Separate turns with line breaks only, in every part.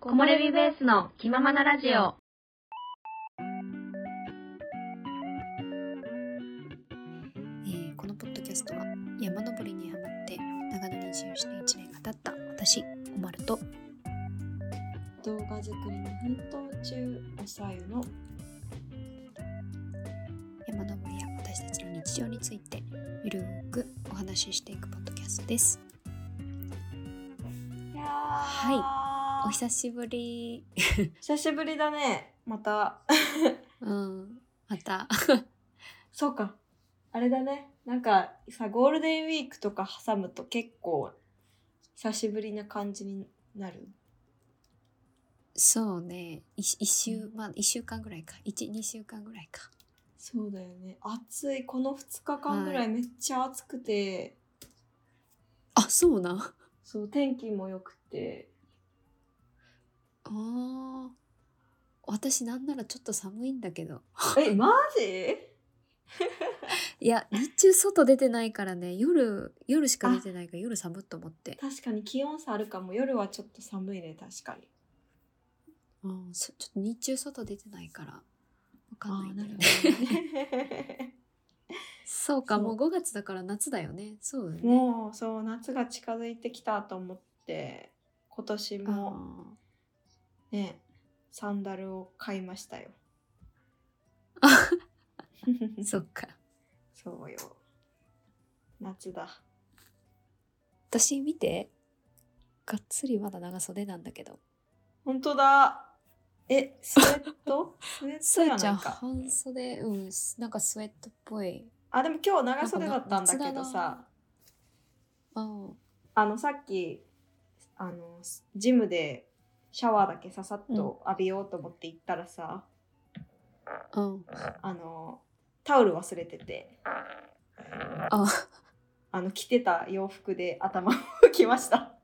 木漏れ日ベースの気ままなラジオ。
えーこのポッドキャストは山登りにハマって長野に移住して1年が経った私おまると
動画作りに奮闘中おさゆの
山登りや私たちの日常についてゆるーくお話ししていくポッドキャストです
は
お久しぶり
久しぶりだねまた
うんまた
そうかあれだねなんかさゴールデンウィークとか挟むと結構久しぶりな感じになる
そうね 1, 週まあ1週間ぐらいか12週間ぐらいか
そうだよね暑いこの2日間ぐらいめっちゃ暑くて、
あそうなんあ
そう天気も良くて
ー私なんならちょっと寒いんだけど
えマジ
いや日中外出てないからね夜夜しか出てないから夜寒っと思って
確かに気温差あるかも夜はちょっと寒いね確 かに
うん、そちょっと日中外出てないからわかんないんだよね
ね
そうか
そう
もう5月だから夏だよねそうだよね
もうそう夏が近づいてきたと思って今年もねサンダルを買いました よ。
あーそっか
そうよ。夏だ。
私見てがっつりまだ長袖なんだけど
本当だ。え、スウェッ トス
ス
ウェッ
ー
ト
ち
じ
ゃ
ゃ
ん
ないか。
半袖うんすなんかスウェットっぽい
あ、でも今日長袖だったんだけ
なんか
ど
夏だ
さ
な、うん
あのさっき、あの、ジムでシャワーだけささっと浴びようと思って行ったらさ、
うん
あの、タオル忘れてて、
あ
あの、着てた洋服で頭を拭きま した。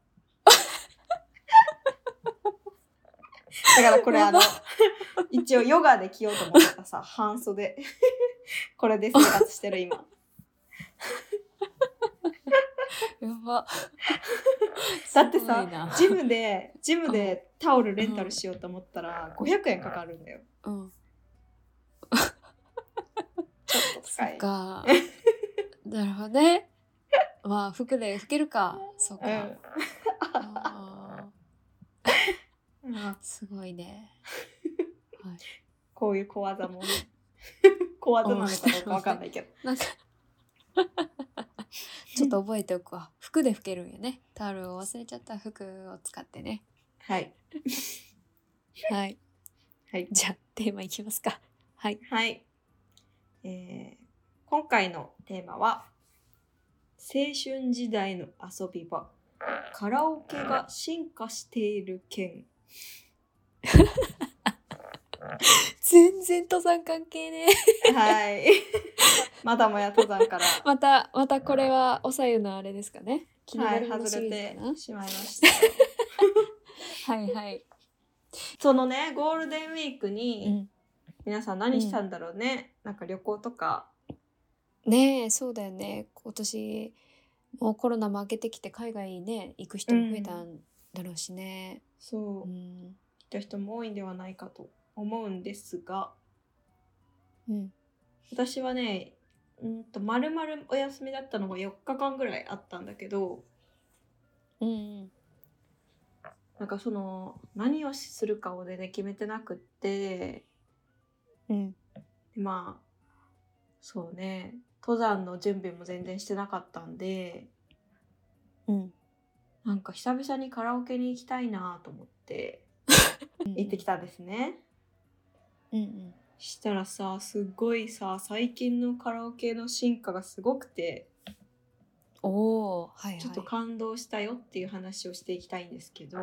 だからこれあの、一応ヨガで着ようと思ってたさ、半袖。 これで生活してる今。
やば
だって
すご
さ
いな
ジムで、ジムでタオルレンタルしようと思ったら、500円かかるんだよ。
うん
ちょっと
そ
高い
っ。かなるほどねまあ服で拭けるかそっか、あ
うんまあ
ーすごいね。はい、
こういう小技もね。 小技なのかどうかわかんないけ ど。
なんかちょっと覚えておくわ。服で拭けるんやね。タオルを忘れちゃった服を使ってね。
はい。
はい。
はい。
じゃあテーマいきますか。はい。
はい、えー今回のテーマは青春時代の遊び場カラオケが進化している件
全然登山関係ね。
はい まだもや登山から
またまたこれはおさゆのあれですかね。気にな
は
る
い
ものシ
外
リ
れ
ーズ
て
かな
しまいました
はいはい。
そのねゴールデンウィーク
う
に
ん。
皆さん何したんだろうね、なんか旅行とか
ねえそうだよね。今年もうコロナも明けてきて海外にね行く人も増えたんだろうしね。
そうう行
ん。
った人も多いんではないかと思うんですが
うん。
私はねうんと丸々お休みだったのが4日間ぐらいあったんだけど
うんうん。
なんかその何をするかを全然決めてなくって
うん。
まあそうね登山の準備も全然してなかったんで
うん。
なんか久々にカラオケに行きたいなと思って行ってきたんですね。
うんうん。
したらさすっごいさ最近のカラオケの進化がすごくて
おお、はいはい。
ちょっと感動したよっていう話をしていきたいんですけど。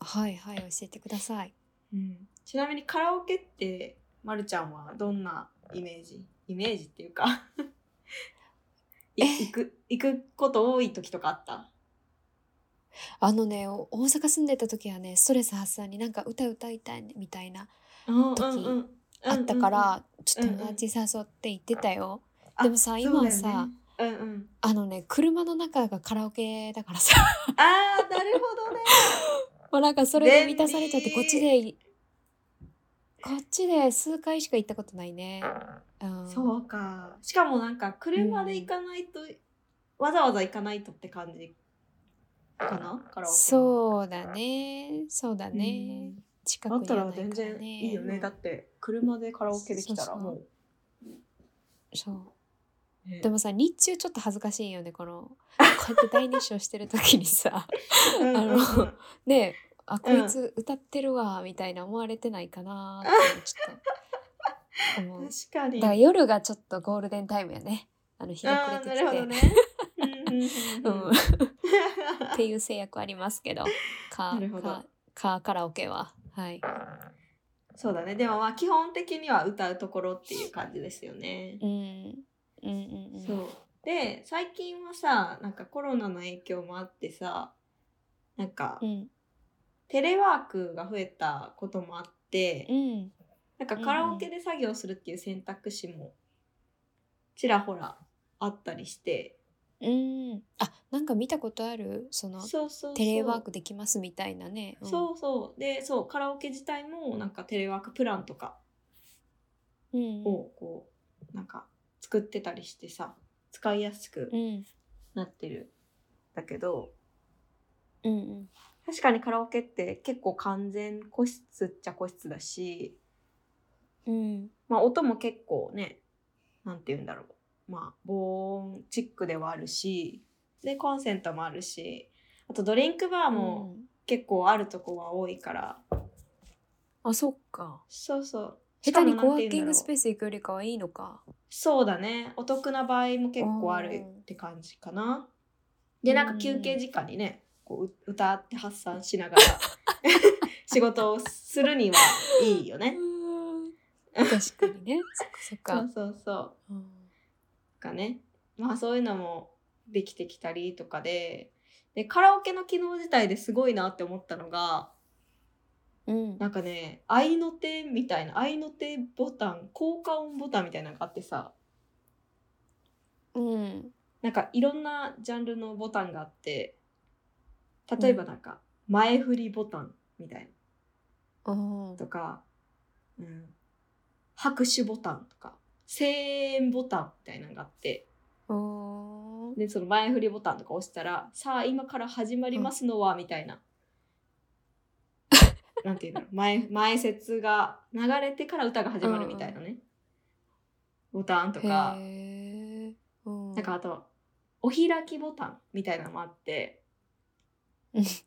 はいはい、教えてください。
うんちなみにカラオケって、ま、るちゃんはどんなイメージイメージっていうかい
え
行く行くこと多い時とかあった
あのね、お大阪住んでた時はね、ストレス発散になんか歌歌いたいみたいな、時あったから、ちょっと友達誘って行ってたよ。
あ
でもさ、今はさ、、
そうだよねうんうん、
あのね、車の中がカラオケだからさ、
あーなるほどね
もうなんかそれで満たされちゃってこっちでいこっちで数回しか行ったことないね。うん、
そうかしかもなんか車で行かないと、わざわざ行かないとって感じかなカラオケ
そうだね。そうだ
う
ね。
ん
近
だ
く
っ
に
た
は
ら
ないから、ね、
全然いいよね、
うん
だって車でカラオケできた
そ
ら
うそう
もう
そう。
ね
でもさ日中ちょっと恥ずかしいよねこのこうやって大熱唱してる時に さ
うんうんうん
あのねえあこいつ歌ってるわみたいな思われてないかなーってちょっ と思う
確か
だ
に
から夜がちょっとゴールデンタイムやねあの日が
あ
暮
ーな
れて
る
き
ほ
て、
どね うんうんうん
うんっていう制約あります けどか
なるほど
かかカラオケははい
そうだねでもまあ基本的には歌うところっていう感じですよね
う、んうんうんうん
そうで最近はさなんかコロナの影響もあってさなんか
うん
テレワークが増えたこともあって、
うん
なんかカラオケで作業するっていう選択肢もちらほらあったりして、
うんあなんか見たことあるその
そうそうそう
テレワークできますみたいなね、うん
そうそうでそうカラオケ自体もなんかテレワークプランとか
うん
をこうなんか作ってたりしてさ使いやすく
うん
なってる、ん、だけど
うんうん
確かにカラオケって結構完全個室っちゃ個室だし
うん
まあ、音も結構ねなんて言うんだろうまあ防音チックではあるしでコンセントもあるしあとドリンクバーも
うん
結構あるとこは多いから、
あそっか
そうそう
下手にコワーキング
し
ス
かもなんて言うんだろう
ペース行くよりかはいいのか
そうだねお得な場合も結構あるって感じかなでなんか休憩時間にねこうう歌って発散し ながら仕事をするにはいいよね
確かにねそっ
そ
か
うそう そう
そっか
かねまあそういうのもできてきたりとかででカラオケの機能自体ですごいなって思ったのが
うん
なんかね合いの手みたいな合いの手ボタン効果音ボタンみたいなのがあってさ
うん
なんかいろんなジャンルのボタンがあって例えばなんか前振りボタンみたい
うん
なとか、うん、拍手ボタンとか声援ボタンみたいなのがあって
うん
でその前振りボタンとか押したら「さあ今から始まりますのは」みたいな。なんていうの前前説が流れてから歌が始まるみたいなね、ボタンとか
へーうん
なんかあとお開きボタンみたいなのもあって
うん
さ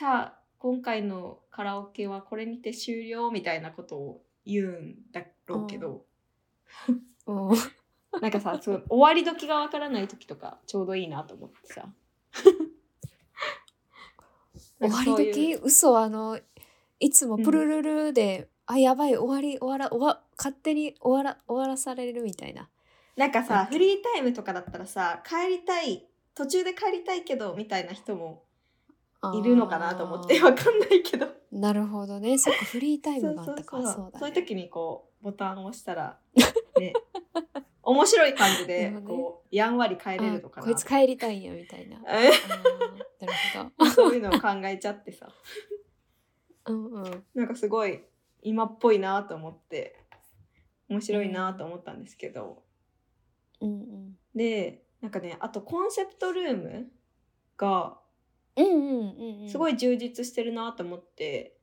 あ今回のカラオケはこれにて終了みたいなことを言うんだろうけど、
うん
なんかさそう終わり時がわからない時とかちょうどいいなと思ってさなん
終
か
わ
そうい
り
う
時嘘あのいつもプルルルで、あやばい終わり終わら終わ勝手に終わら終わらされるみたいな
なんか
なん
さ
か
フリータイムとかだったらさ帰りたい途中で帰りたいけどみたいな人もいるのかなと思って
あー
わかんないけど
なるほどねそっかフリータイ
そ
ム
う
があ
そ
っ
う
たか
そう
そうだね
そういう時にこうボタンを押したらね 面白い感じで
なるほどね
こうやんわり帰れるのか
あ
な
こいつ帰りたいんやみた いなあ
え
ーなる ほ
そういうのを考えちゃってさ
どうんうん
なんかすごい今っぽいなと思って面白いなと思ったんですけど、
うんうん
でなんかねあとコンセプトルームが
うんうんうんうん
すご
い
い充実してるなと思って、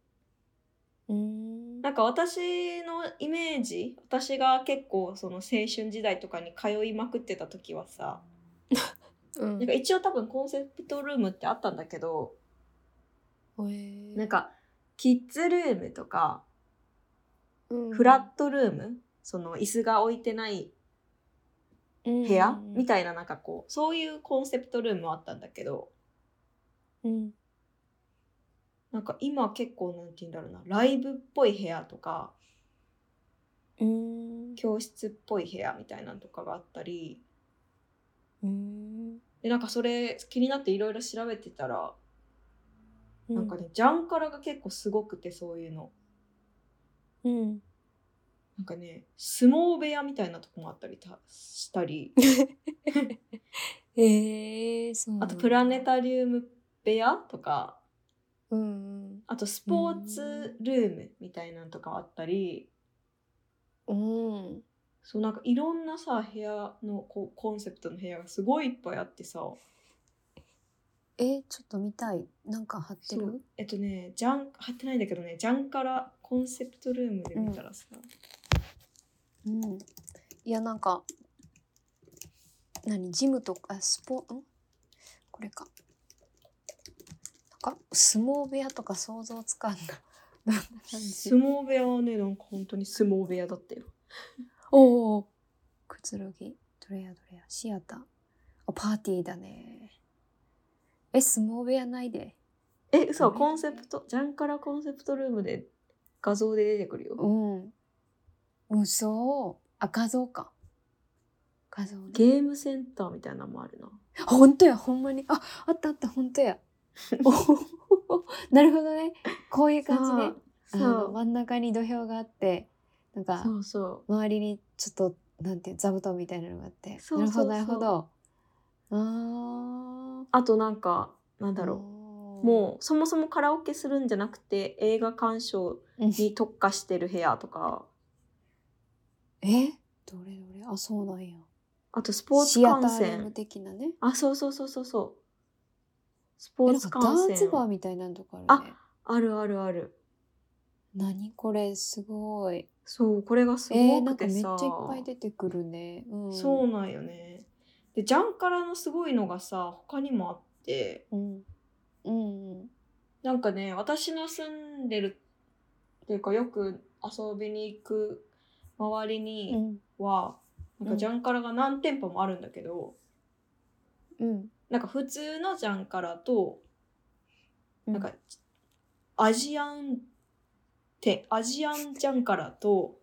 うん
なんか私のイメージ私が結構その青春時代とかに通いまくってた時はさ
うん
なんか一応多分コンセプトルームってあったんだけど
ほえ
なんかキッズルームとかフ
フ
ラットルームその椅子が置いてない
ッ
部屋み
た
たいななんかこうそういうコンセプトルームもあったんだけど
いうん
なんか今結構なんて言うんだろうなライブっぽい部屋とか
うん
教室っぽい部屋みたいなのとかがあったり
うん
でなんかそれ気になっていろいろ調べてたら、
う
なんかねジャンカラが結構すごくてそういうの
うん
なんかね相撲部屋みたいなとこもあったりたしたり
えー、そう
あとプラネ
タ
タリウム部屋とか
うん
あとスポーツルームみたいなのとかあったり、
うんうん
そうなんかいろんなさ部屋のこうコンセプトの部屋がすごいいっぱいあってさ
えちょっと見たいなんか貼って
そう
る
えっとねジャン貼ってないんだけどねジャンからコンセプトルームで見たらさ、
うんいやなんか何ジムとかあスポんこれかなんか相撲部屋とか想像つかんななんな感じ
相撲部屋はねなんか本当に相撲部屋だったよ
おおくつろぎどれやどれやシアターあパーティーだねえ相撲部屋ないで
え嘘コンセプトジャンからコンセプトルームで画像で出てくるよ
うんうそあ画像か画像ね
ゲームセンターみたいなのもあるな
ほんとやほんまにああったあったほん とやおーなるほどねこういう感じねあ
そう
の真ん中に土俵があってなんか
そうそう
周りにちょっとなんていう座布団みたいなのがあって
そうそうそう
なるほどなるほどあ
あとなんかなん
あ
だろう
ろ
もうそもそもカラオケするんじゃなくて映画鑑賞
うん
に特化してる部屋とか
えどれどれあそうなんや
あとスポーツ
シアタ
観
ールーム
戦
的なね
あそうそうそうそうそうス
え
ポ
な
ー
ん
ツ
か
観
ダ
戦
ーツバーみたいなのとかあるね
あるあるある
何これすごい
そうこれがす
えー、
ご
なん
く
か
て
めっち
さ、
ゃいっぱい出てくるね、うん、
そうなんよねでジャンカラのすごいのがさ他にもあって
うんうんうん
なんかね私の住んでるっていうかよく遊びに行く周り
う
に
ん
は、
ん
なんかジャンカラが何店舗もあるんだけど
うん
なんか普通のジャンカラと
うん
なんかアジアンてアジアンジャンカラと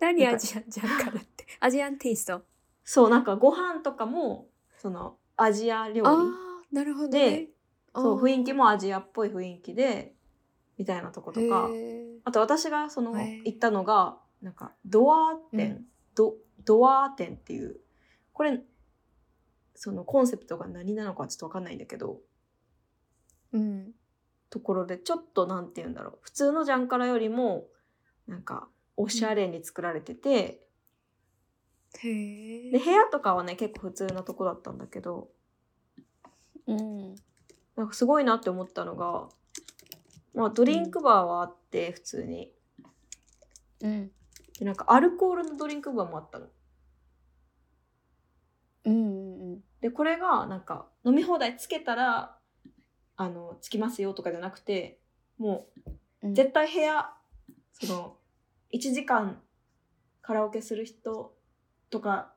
何
なんか
アンジャンからってアジアンテイスト
そうなんかご飯とかもそのアジア料
あ
理
ーなるほど、ね、
でそう雰囲気
も
もアジアっぽい雰囲気でみたいなとことかあと私がその
へー
行ったのがなんかドアー店、
うん
ドドアー店っていうこれそのコンセプトが何なのかちょっと分かんないんだけど
うん
ところでちょっとなんて言うんだろう普通のジャンカラよりもなんかおしゃれに作られてて、
へえ
で部屋とかはね結構普通なとこだったんだけど
うん
なんかすごいなって思ったのが、まあ、ドリンクバーはあって普通に。
うん
でなんかアルコールのドリンクバーもあったの。
うんうんうん
でこれがなんか飲み放題つけたらあのつきますよとかじゃなくても
うん
う絶対部屋その1時間カラオケする人とか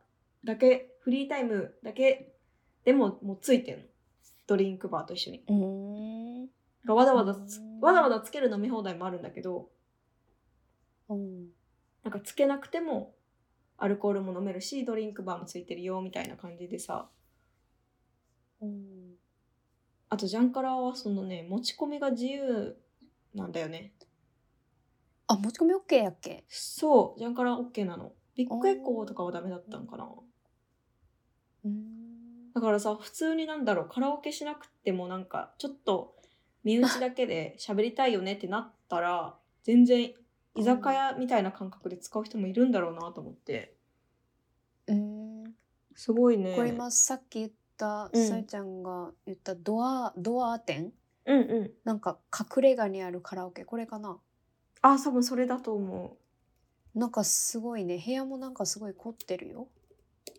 だけフリータイムだけでももうついてんのドリンクバーと一緒に。
うーん
がわざわざつ
うん
わざわざつける飲み放題もあるんだけど
うん
なんかつけなくてもアルコールも飲めるしドリンクバーもついてるよみたいな感じでさ
うん
あとジャンカラはそのね持ち込みが自由なんだよね
あ持ち込み OK やっけ
そうジャンカラ OK なのビッグエコーとかはダメだったんかな
うん
だからさ普通になんだろうカラオケしなくてもなんかちょっと身内だけ で喋りたいよねってなったら全然居酒屋みたいな感覚で使う人もいるんだろうなと思って
うん
すごいね
これ今さっき言った、
うん
さゆちゃんが言ったドアドア店
うんうん
なんか隠れ家にあるカラオケこれかな
あ多分それだと思
なんかすごいね部屋もなんかすごい凝ってるよ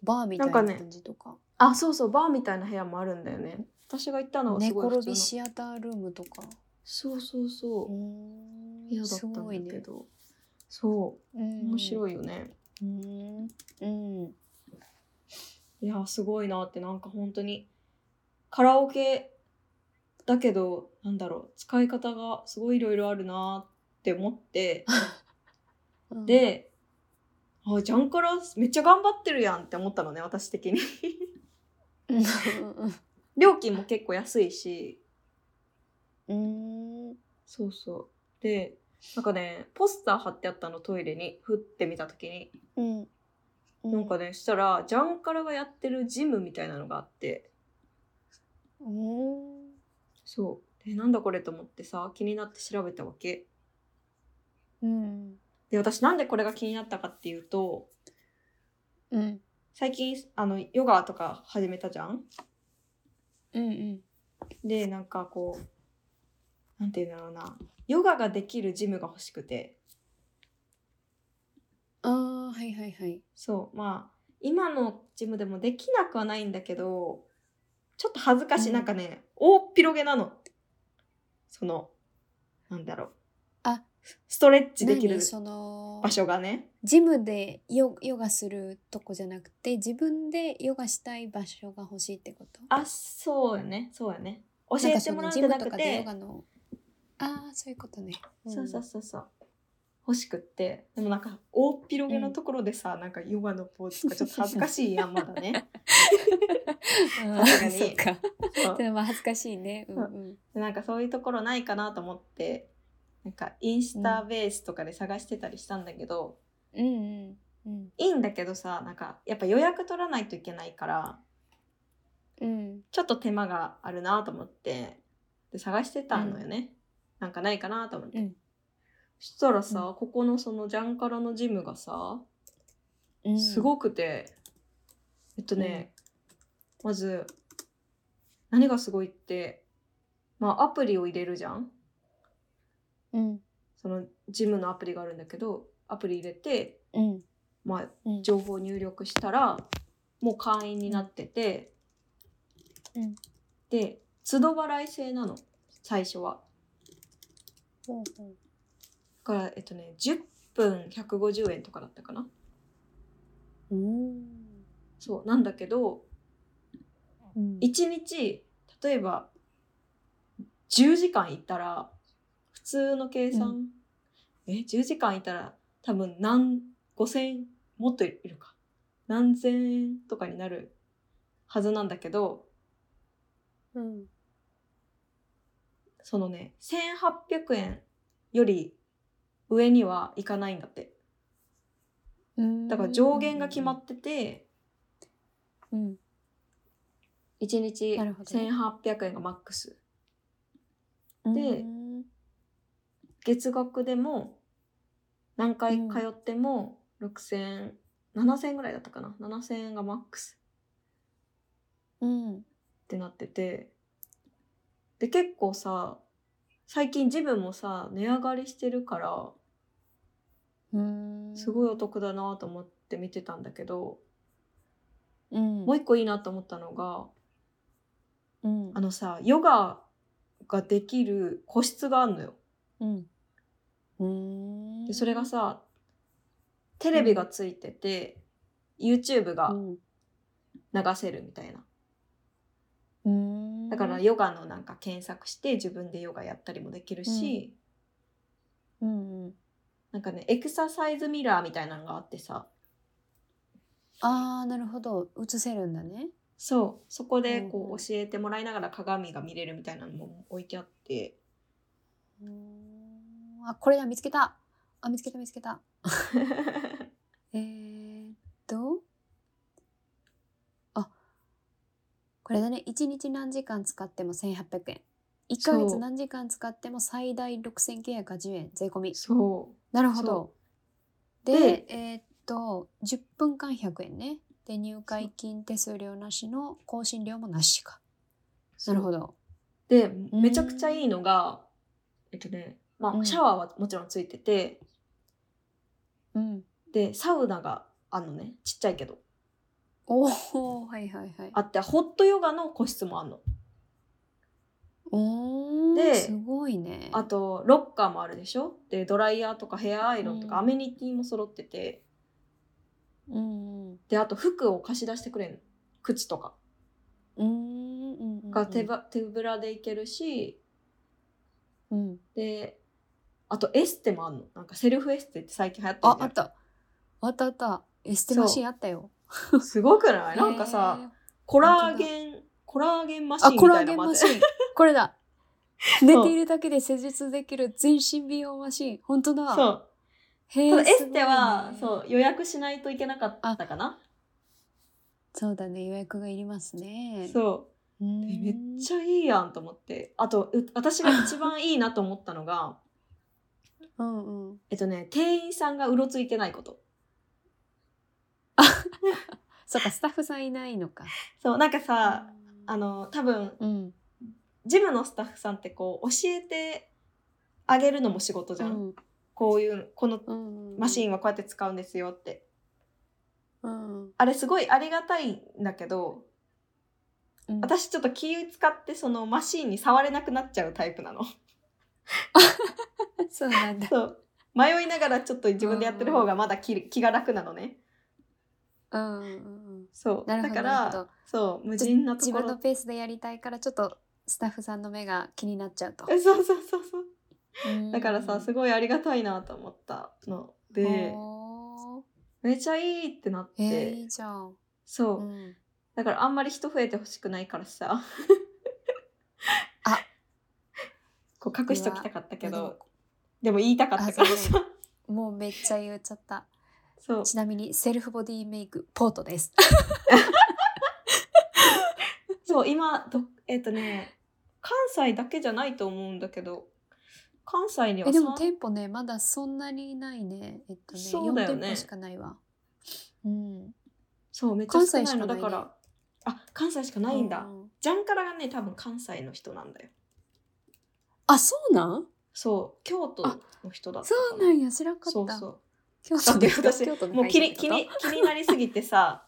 バーみたいな
なんかね
感じとか
うあそうそうバーみたいな部屋もあるんだよね私が行ったのは
寝
すごい
転
普通の
びシアタールームとか
そうそうそう
うー
部屋だ
ん
っ
す
たん
ごい
だけ
ね
ど、そ
面
う面白
い
いよね、
うんうん
いやすごいなってなんか本当にカラオケだけどなんだろう使い方がすごいいろいろあるなって思って
うん
であジャンカラめっちゃ頑張ってるやんって思ったのね私的に
うんうん
料金も結構安いし
うんう
そうそうでなんかねポスター貼ってあったのトイレに振ってみた時に
ーんうん
なんかねしたらジャンカラがやってるジムみたいなのがあって
うん
そう。でなんだこれと思ってさ気になって調べたわけ
うん。
で私なんでこれが気になったかっていうと
うん。
最近あのヨガとか始めたじゃん
うんうん。
でなんかこうなんていうんだろうなヨガができるジムが欲しくて
ああ、はいはいはい。
そうまあ今のジムでもできなくはないんだけどちょっと恥ずかしい、
うん
なんかね大っ広げなのそのなんだろう
あ
ストレッチできる
何その
場所がね
ジムでヨヨガするとこじゃなくて自分でヨガしたい場所が欲しいってこと
あそうやねそうやね教
な
え
んか
て
そ
もらう
の
ん
ジ
じゃ
ム
な
と
く
かで
て
ヨガのああそういうことね、
そうそうそうそう欲しくってでもなんか大っ広げのところでさ、なんかヨガのポーズとかちょっと恥ずかしいやんまだ ね
う
さ
ん
すがに
そっか
そう
でもまあ恥ずかしいねうんうん
でなんかそういうところないかなと思ってなんかインスタベースとかで探してたりしたんだけど、
うんうんうん
いいんだけどさなんかやっぱ予約取らないといけないから
うん
ちょっと手間があるなと思ってで探してたのよね、なんかないかなと思って、
うん
そしたらさ、ここのそのジャンカラのジムがさ
うん
すごくて、えっとね、まず何がすごいってまあアプリを入れるじゃん
うん
そのジムのアプリがあるんだけどアプリ入れて、
うん
まあ、
うん
情報入力したらもう会員になってて、
うん
で都度払い制なの最初は
ほうほう
だからえっとね10分150円とかだったかな
うん
そうなんだけど
うん
1日例えば10時間行ったら普通の計算、え10時間行ったら多分何5,000もっといるか何千円とかになるはずなんだけど
うん
そのね1,800円より上にはいかないんだって
うん
だから上限が決まってて
うん
1日
なるほどね
1,800円がマックス
うん
で
うん
月額でも何回通っても6000、7000ぐらいだったかな7000円がマックス
うん
ってなっててで結構さ最近ジムもさ値上がりしてるから
うん
すごいお得だなと思って見てたんだけど、
うん
もう一個いいなと思ったのが
うん
あのさヨガができる個室があるのよ
うんうん
でそれがさテレビがついてて、YouTube が
うん
流せるみたいな
うん
だからヨガのなんか検索して自分でヨガやったりもできるし、
うんうん
なんかねエクササイズミラーみたいなのがあってさ
ああなるほど映せるんだね
そうそこで
うん
こ
うん
う教えてもらいながら鏡が見れるみたいなのも置いてあって
うんあこれだ見つけたあ見つけた見つけ たえーっとあこれだね1日何時間使っても1800円1ヶ
そ
月
う
何時間使っても最大6980円税込み
そ
なるほ
そ
ど
で
でえーっと10分間100円ねで入会金手数料なしの更新料もなしか
う
なるほ
ど
ど
でめちゃくちゃいいのがえっとねま
う
あ
ん
シャワーはもちろんついてて、
うん
でサウナがあるのねちっちゃいけど
おおはいはいはい
あってホットヨガの個室もあるの
おー
です
ごいね
あとロッカーもあるでしょでドライヤーとかヘアアイロンとか
うん
アメニティも揃ってて、
うんうん
であと服を貸し出してくれんの靴とか
うんうんうん
が手ば、手ぶらでいけるし
うん
であとエステもあんのなんかセルフエステって最近流行ってる
あ
じ
あ
ゃん
ったあったあったエステマシンあったよ
すごくないなんかさコラーゲンコラーゲンマシ
あ
ンみ
コラ
たい
ー
な
ゲン
のもあっ
マ
て
シンこれだ
う
寝ているだけで施術できる全身美容マシン本当だ
そう
へ
た
ー
だエステは、
すごいね
そう予約しないといけなかったかな
そうだね予約がいりますね
そうえめっ
ゃ
ちゃいいやんと思ってあとう私が一番いいなと思ったのが
うんうん
えっとね店員さんがうろついてないこと
そうかスタッフさんいないのか
そうなんかさあの多分
うん
ジムのスタッフさんってこう教えてあげるのも仕事じゃん、こういうこのマシ
ン
ンはこうやって使うんですよって
うん
あれすごいありがたいんだけど私ちょっと気使ってそのマシンに触れなくなっちゃうタイプなの
そうなんだ
そう迷いながらちょっと自分でやってる方がまだ気気が楽なのね
うんうんうん
そう
なる
だ
ほ
か
どなるほ
ら
ど
そう無人なと
自
こ
分の
ろ
ペースでやりたいからちょっとスタッフさんの目が気になっちゃうと
えそうそうそうそう
うん
だからさすごいありがたいなと思ったので
おー
めちゃいいってなって、
えーいいじゃん
そう、
うん
だからあんまり人増えてほしくないからさ
あ
こう隠しときたかったけ
うわ
どでも言いたかったから
あそう
さ
もうめっちゃ言っちゃった
そう
ちなみにセルフボディメイクポートです
そう今どえっ、とね関西だけじゃないと思うんだけど関西には
え
さ
でも店舗ねまだそんなにないねえっとね
そうだよね
4店舗しかないわうん
そうめっちゃ少ない
関西しか
の
な
だ
いね
からあ関西しかないんだ、
う
ジャンカラがね多分関西の人なんだよ
あそうなん
そう京都の人だった
そ
か
うなんや知らんかった
そうそう
京
だ
都
って
で
私
京都の
もう
会
気
社っ
に
てこと
気に気になりすぎて さ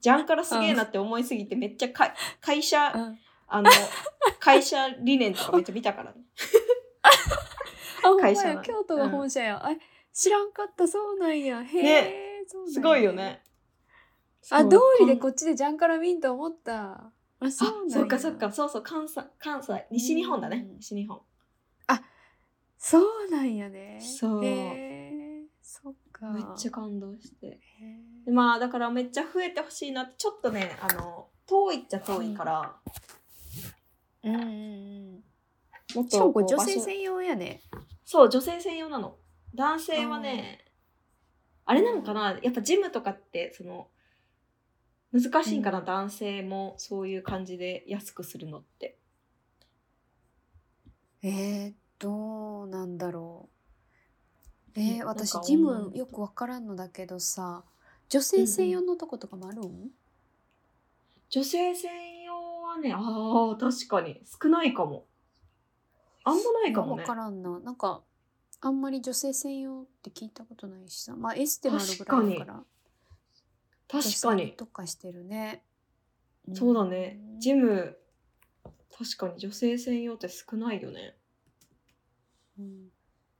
ジャンからすげえなって思いすぎてめっちゃか会社、
うん
あの会社理念とかめっちゃ見た からね
あほんま
会社な
や
の
京都が本社や、え知らんかったそうなんやへえ、そうなんや
すごいよね
あ
そう
道理で
こん
こっちでジャンカラミンと思ったあそう
あ
なんや
そっかそっかそうそう関西関西西日本だね
うん
西日本
そうなんやね
そう
へえそっか
めっちゃ感動して
へえ
でまあだからめっちゃ増えてほしいなってちょっとねあの遠いっちゃ遠いから、
うんうんうん
もっ
しかも
こ
こ
う
れ女
場
性
所
専用やね。
そう女性専用なの男性はねあれなのかなやっぱジムとかってその難しいんかな、
うん
男性もそういう感じで安くするのって
えー、どうなんだろう。え
うん
ー、私
なんか
ジ
女の
ム
人
よくわからんのだけどさ女性専用のとことかもあるん、
女性専用はねあー確かに少ないかもあんまないかも
い
ね
やわからんな。なんかあんまり女性専用って聞いたことないしさまあエステもあるぐらいだから
確か
女性
に
とかしてるね。
そうだね
ん
ジム確かに女性専用って少ないよね
うん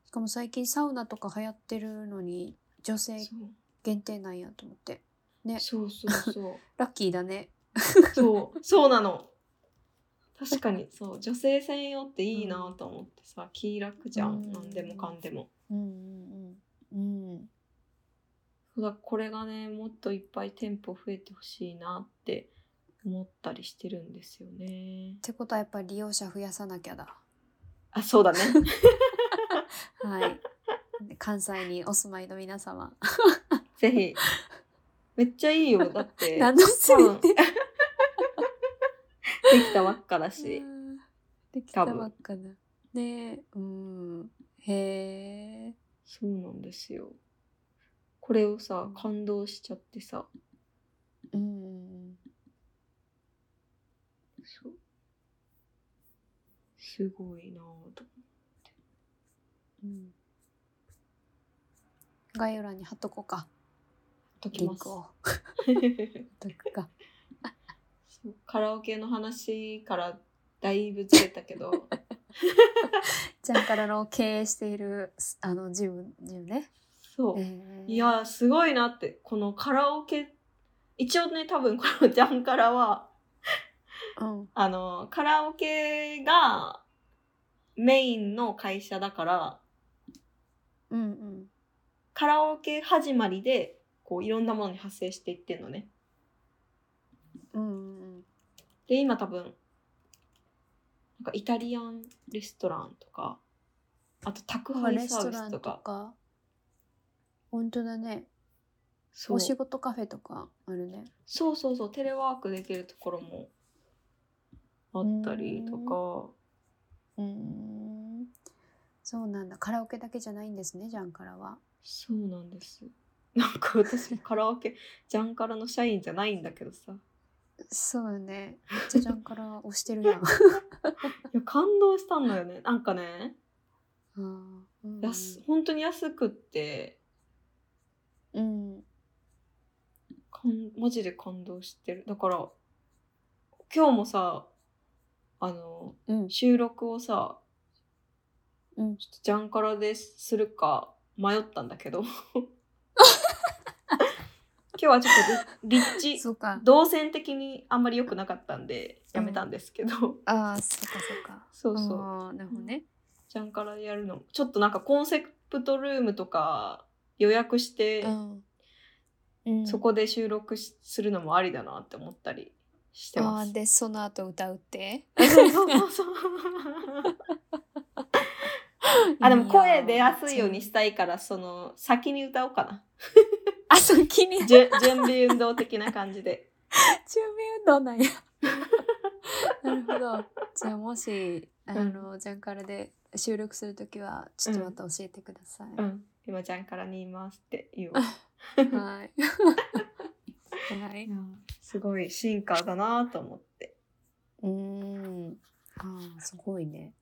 しかも最近サウナとか流行ってるのに女性
そう
限定なんやと思ってね
そうそうそう
ラッキーだね。
そう、 そうなの。確かに、 そう、女性専用っていいなと思ってさ、気楽じゃ
うん
ん、なんでもかんでも。
うんうんうんうん
そうだこれがね、もっといっぱい店舗増えてほしいなって思ったりしてるんですよね
っ。てことはやっぱり利用者増やさなきゃだ。
あ、そうだね。
はい。関西にお住まいの皆様。
ぜひ。めっちゃいい よ、だって。
何のせい
多分できたばっかだし。
できたばっかな。ねえ、うん。へえ。
そうなんですよ。これをさ、感動しちゃってさ。
うん。
そう。すごいなぁと。
うん。概要欄に貼っとこうか。
とき
リ
ま
ン
す
ク。を。貼
そ
っとくか。
うカラオケの話からだいぶずれたけ ど、
ジャンカラの経営している、すあの、ジム、ジムね。
そう。
ええ
い、やー、すごいなって、このカラオケ、一応ね、多分このジャンカラは、
うん。
あの、カラオケがメインの会社だから、
うんうん。
カラオケ始まりで、こういろんなものに発生していってんのね。
うんうん
で、今多分、なんかイタリアンレストランとか、あと宅
うん。
配
レ
サー
スト
ビ
ラ
ス
ン
と
と
か、
か。本当だね。
そう
お仕事カフェとかあるね。
そうそうそうテレワークできるところもあったりとか。
うーんそうなんだカラオケだけじゃないんですねジャンカラは。
そうなんです。なんか私もカラオケ、 ジャンカラの社員じゃないんだけどさ。
そうよねめっちゃジャンカラ押して るやん。
いや、感動したんだ よね。なんかね、
うんうん
安本当に安くって、
うん
かんマジで感動してる。だから、今日もさ、あの、
うん
収録をさ、
うん
ちょっとジャンカラでするか迷ったんだ けど。今日はちょっとり立地、
そうか
動線的にあんまり良くなかったんで、やめたんですけど。
ああそうかそうか。
そうそう。
あーなるほどね。
ちゃんからやるのちょっとなんかコンセプトルームとか予約して、
うんうん
そこで収録しするのもありだなって思ったりして
あ
ま
ー
す。
でその後歌うって。。
そうそう そうあでも声出やすいようにしたたいからその先に歌おうかな。
あそう気に
じゅ準備運動的な感じで。
準備運 動なんや。なるほど。じゃあもしあの、ジャンカラで収録するときはちょっとまた教えてください。
うん、今ちゃんからにいますって言おう。
はい。はい
い。やすごい進化だなと思って。
うーん。ああすごいね。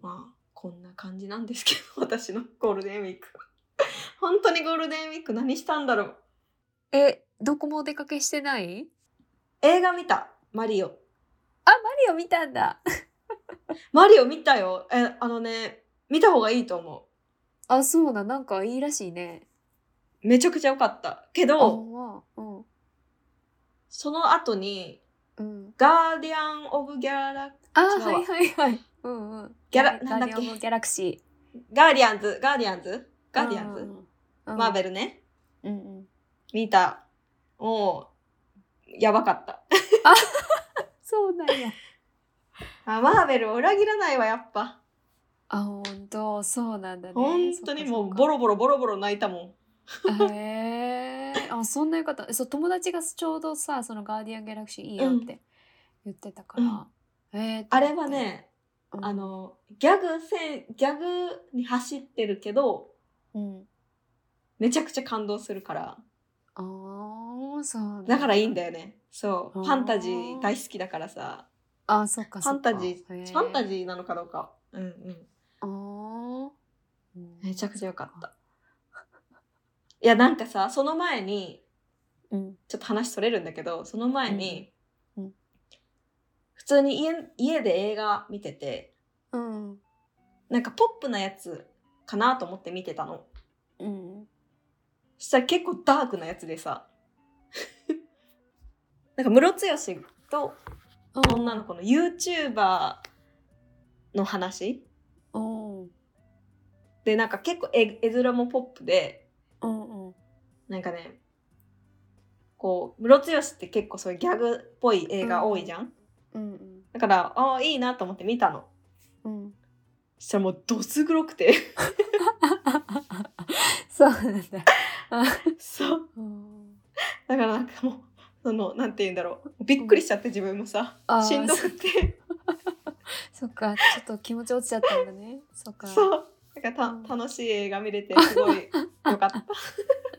まあこんな感じなんですけど 私のゴールデンウィーク本当にゴールデンウィーク何したんだろう
えどこもお出かけしてない？
映画見たマリオ
あマリオ見たんだ。
マリオ見たよえあのね見た方がいいと思
あそうだなんかいいらしいね。
うめちゃくちゃ良かったけ
あ
ど
ほんま
その後に
うんうん。
ガーディアン・オブ・ギャラ
あ
違うわ
はいはいはい。うんうん。
ギャラ
ガーディアン
なんだっけ
オブギャラクシ
ガーディアンズガーディアンズ
ー。
ガーディアンズ
うん。
マーベ
ル。
ルね
うんうん。
見たもうやばかった
そうなんや。
あマーベルを裏切らないわやっぱ
あ、本当、そうなんだね。
本当にもうボ
ロ。
ロボロボロボロ泣いたもん
へえ。あ、そんなよかった。えそう、友達がちょうどさ、そのガーディアンギャラクシーいいよって言ってたから。えー
あれは、ね、
うん
あ、の、ギャグせん、ギャグに走ってるけど、
うん。
めちゃくちゃ感動するから。
あーそうなん
だからいいんだよね。そう。
あー
ファンタジー大好きだからさ。
あ、そっか
フ
そ
ァ
っ
ン
か。
タジー、ファンタジーなのかどうか。うんうん。
ー。あーうん
めちゃくちゃ良かった。いや、なんかさ、その前に、
うん。
ちょっと話それるんだけど、その前に、
うんうん
普通に家家で映画見てて、
うん。
なんかポップなやつかなと思って見てたの。
うん。
そしたら結構ダークなやつでさ なんかムロツヨシと女の子の YouTuber の話
うん。うん。
でなんか結構絵絵面もポップで
うん。
なんかねこうムロツヨシって結構そういうギャグっぽい映画多いじゃん、
うん。
だからああいいなと思って見たの
うん。
そしたらもうどす黒くて
そうなんだ。
そう
うん
だからなんかもうそのなんて言うんだろうびっくりしちゃって自分もさ、
あー
しんどくて。
そっか、ちょっと気持ち落ちちゃったんだね。そっか。
そう。なんか
うん
た楽しい映画見れてすご い良かった。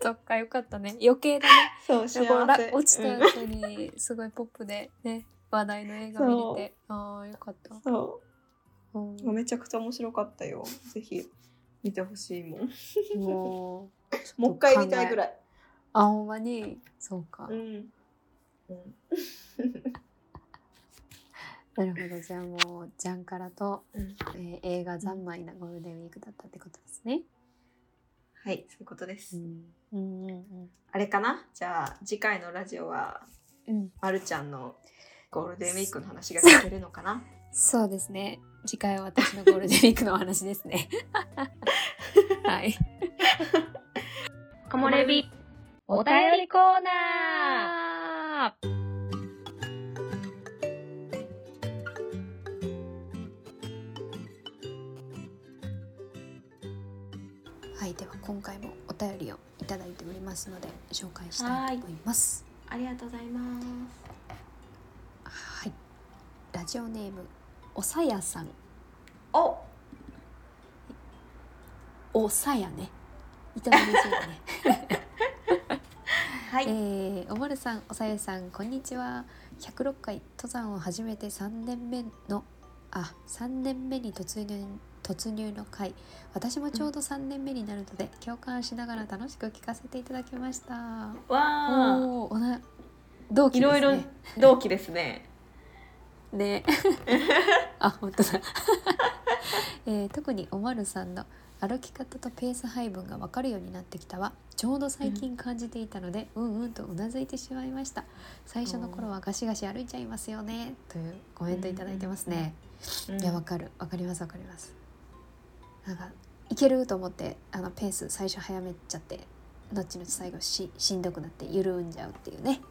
そっか、よかったね。余計だね。
そう幸
こうら
せ。
落ち
う
た
ん
後に、すごいポップでね、話題の映画見れて。ああ、よかった。
そ
うん
う。めちゃくちゃ面白かったよ。ぜひ見てほしいもん。
もう、ちょっと
もう一回見たいぐ
考え。
らい。
あ、ほんまに。そうか
う。ん。うん
なるほど。じゃあもう、ジャンカラと、
うん
えー映画三昧なゴールデンウィークだったってことですね。
はい、そういうことで
う
す。
ん。うんうん
あれかなじゃあ次回のラジオは
うん。うん。
まるちゃんのゴールデンウィークの話が聞けるのか な
そうですね。次回は私のゴールデンウィークのお話です ね。はい。
木漏れ日、お便りコーナー
はい、では今回もお便りをいただいておりますので紹介したいと思います。
ありがとうございます。
ラジオネームおさやさん
お
おさやねいただきましょうかね
はい、
えーおまるさん、おさやさん、こんにちは。106回登山を始めて3年目のあ3年目に突入突入の回私もちょうど3年目になるので、共感しながら楽しく聞かせていただきました。
わあ
おーおな同期
い
です
ろ
ね。
いろ同期ですね
ねあ本当だ、 えー特におまるさんの歩き方とペース配分が分かるようになってきたわちょうど最近感じていたので、うん、うんとうなずいてしまいました最初の頃はガシガシ歩いちゃいますよねというコメントいただいてますね、
うん
いや分かる分かります分かりますなんかいけると思ってあのペース最初早めちゃって後々最後ししんどくなって緩んじゃうっていうね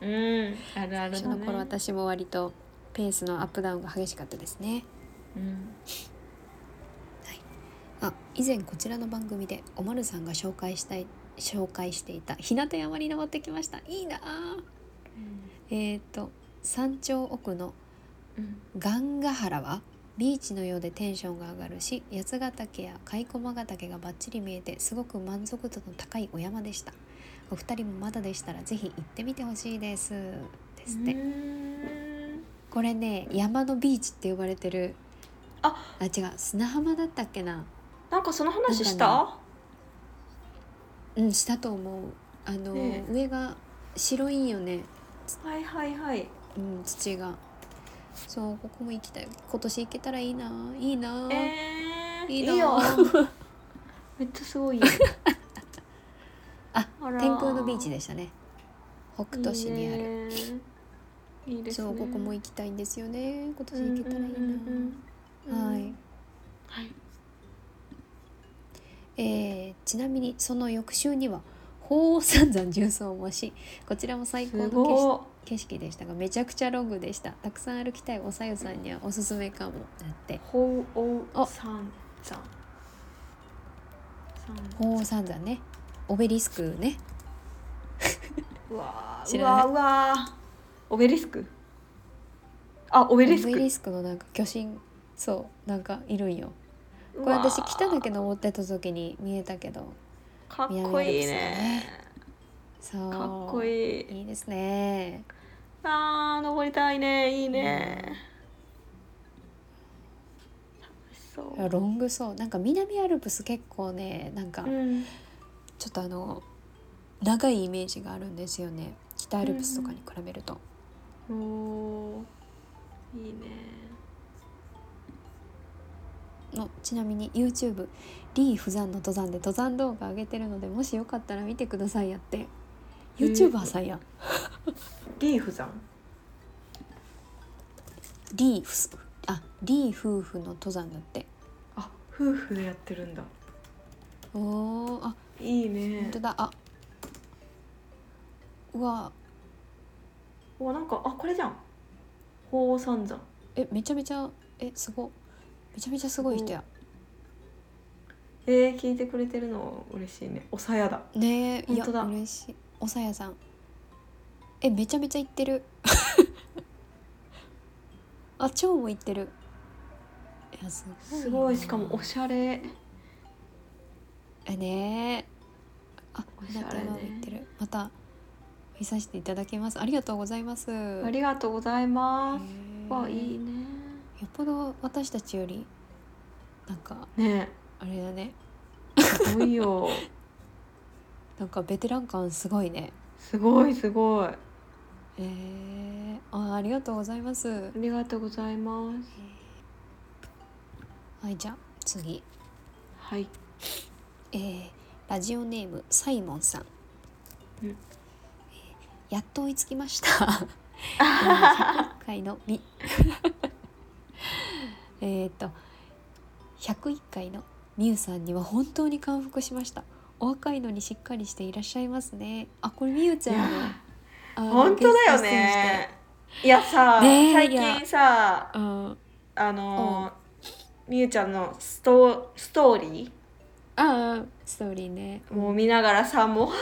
うんあるあるだね
最初の頃私も割とペースのアップダウンが激しかったですね
うん
あ以前こちらの番組でおまるさんが紹介したい紹介していた日向山に登ってきましたいいなあえっ、と山頂奥の
うん
ガンガ原はビーチのようでテンションが上がるし八ヶ岳や甲駒ヶ岳がバッチリ見えてすごく満足度の高いお山でしたお二人もまだでしたらぜひ行ってみてほしいですですって、
うん
これね山のビーチって呼ばれてる
あ
あ違う砂浜だったっけな
なんかその話し
なん
た
うんしたと思うあの、
ねえ
上が白いんよね、
はいはいはい
うん、土がそうここも行きたい今年行けたらいいないいな、
えー、
いいない
よめっちゃすごいよ
あ
ら
天空のビーチでしたね北斗市にある
いいねいいですね
そうここも行きたいんですよ
う
ね今
ん
年行けたらいいな、
うんうんうん
はい
はい
えーちなみにその翌週には鳳凰三山縦走もしこちらも最
す
高の景色
ご
景色でしたがめちゃくちゃロングでしたたくさん歩きたいおさゆさんにはおすすめかもだって
いほうお
あ
さんさんさん
鳳凰三山ねオベリスクね
うわー
知
う
ら
わ
ない
ーうわーオベリスクあオベリスク
オベリスクのなんか巨神そうなんかいるんよ
う
こ
わ
れ
ー
私北岳登ってた時に見えたけど
かっこいいね
そう
かっこいい
いいですね
あー登りたいねいいね楽し
いや
そ
ロングそうなんか南アルプス結構ねなんか
ううん
ちょっとあの長いイメージがあるんですよね北アルプスとかに比べると、
おーいいね
のちなみに YouTube リーフ山の登山で登山動画上げてるのでもしよかったら見てくださいやって
えー
YouTuber さんやん、
リーフさん
リーフスあリー夫婦の登山だって
あ夫婦でやってるんだ
おーあ
いい
本
ね
当だあうわ
うわなんかあこれじゃん鳳凰三山
えめちゃめちゃえすごめちゃめちゃすごい人や
えー、聞いてくれてるの嬉しいねおさやだ
ねえいや
本当だ
嬉しいおさやさんえめちゃめちゃ行ってる あ蝶も行ってるいやすごい
すごい
な
しかもおしゃれ
えねえあ
おし
ひ
ゃ
な
れね
たやまも行ってるまた見させていただきますありがとうございます
ありがとうございます
へえ
わいいね
よっぽど私たちよりなんか
ね
あれだね
えすごいよ
なんかベテラン感すごいね
すごいすごいあ
えー、あありがとうございます
りがとうございます
はいじゃあ次
はい
えーラジオネームサイモンさん、
うん
えーやっと追いつきましたえー101回のみ えっと101回のみゆさんには本当に感服しましたお若いのにしっかりしていらっしゃいますねあこれみゆちゃんのあの
本当だよ
ゲスト出演して
ねいやさ、
ねえ
最
いや
近さ
うん
あのーみゆちゃんのストストーリ
ああストーリーね
ーもう見ながらさもうは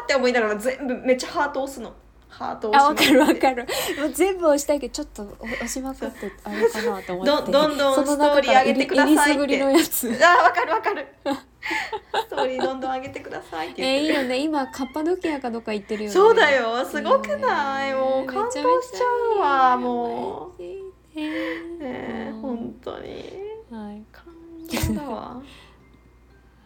ーって思いながら全部めっちゃハート押すのハートを
あ、わ
押
か
し
る
まくっ
わ
て
かる。もう全部押したいけど、ちょっとお押しまくって、あれかなと思
ど
って。
どんどん
その
ストー
中から
リー上げてくださいって
えりえりすぐりのやつ。
あわかるわかるストーリーどんどん上げてくださいって言っ
えい
て
い
る、
よね。今、カッパドキアかどっか行ってるよね。
そうだ。よすごくない、
ね
もう感動しちゃうわも。
う。めちゃめちゃいいわ
うねえ
うん
本当に
はい。
感動だわ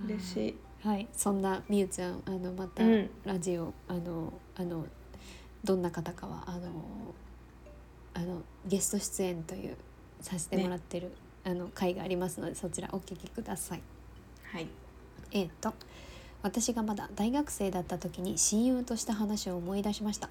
嬉しい、
はい、そんなみゆちゃん、あの、また、
うん
ラジオ、あの、あの。どんな方かは、あの。あの、ゲスト出演という、させてもらってる、あの、会がありますので、そちらお聞きください。
はい
えー、と私がまだ大学生だった時に親友とした話を思い出しました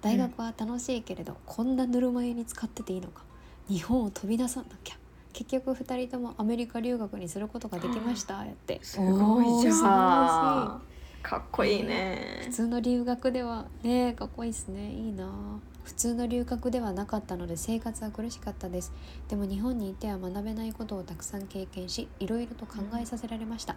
大学は楽しいけれど、こんなぬるま湯に使ってていいのか日本を飛び出さなきゃ結局2人ともアメリカ留学にすることができましたやって
すごいじゃん
おー素晴らし
かっこいいね
い普通の留学ではねかっこいいですねいいな普通の留学ではなかったので生活は苦しかったですでも日本にいては学べないことをたくさん経験しいろいろと考えさせられました、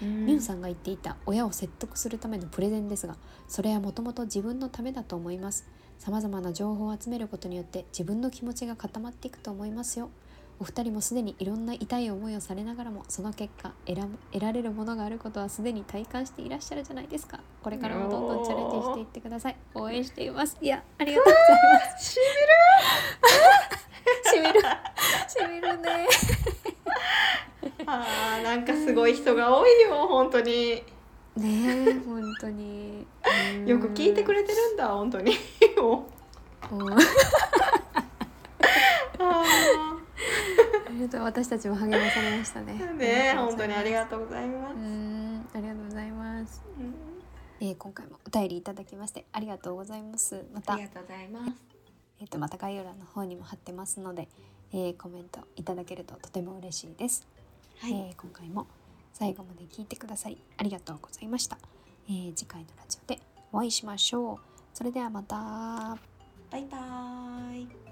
ミュンさんが言っていた親を説得するためのプレゼンですがそれはもともと自分のためだと思いますさまざまな情報を集めることによって自分の気持ちが固まっていくと思いますよお二人もすでにいろんな痛い思いをされながらもその結果得ら得られるものがあることはすでに体感していらっしゃるじゃないですかこれからもどんどんチャレンジしていってください応援していますいやありがとうございます
し
し みるし みるね
あーなんかすごい人が多いよ本当に
ねえ本当にうん
よく聞いてくれてるんだ本当にもう
うん
あ
ありがとう私たちも励まされましたね
ー。 ね本当にありが
と
とうございます
うございます。うーん、ありがとうございます。
うん
えー、今回もお便りいただきましてありがとうございます。ま
あ
た
りがとうございます
えっ、とまた概要欄の方にも貼ってますので、えー、コメントいただけるととても嬉しいです。
はい
えー今回も最後まで聞いてくださいありがとうございました。えー、次回のラジオでお会いしましょう。それではまた。
バイバーイ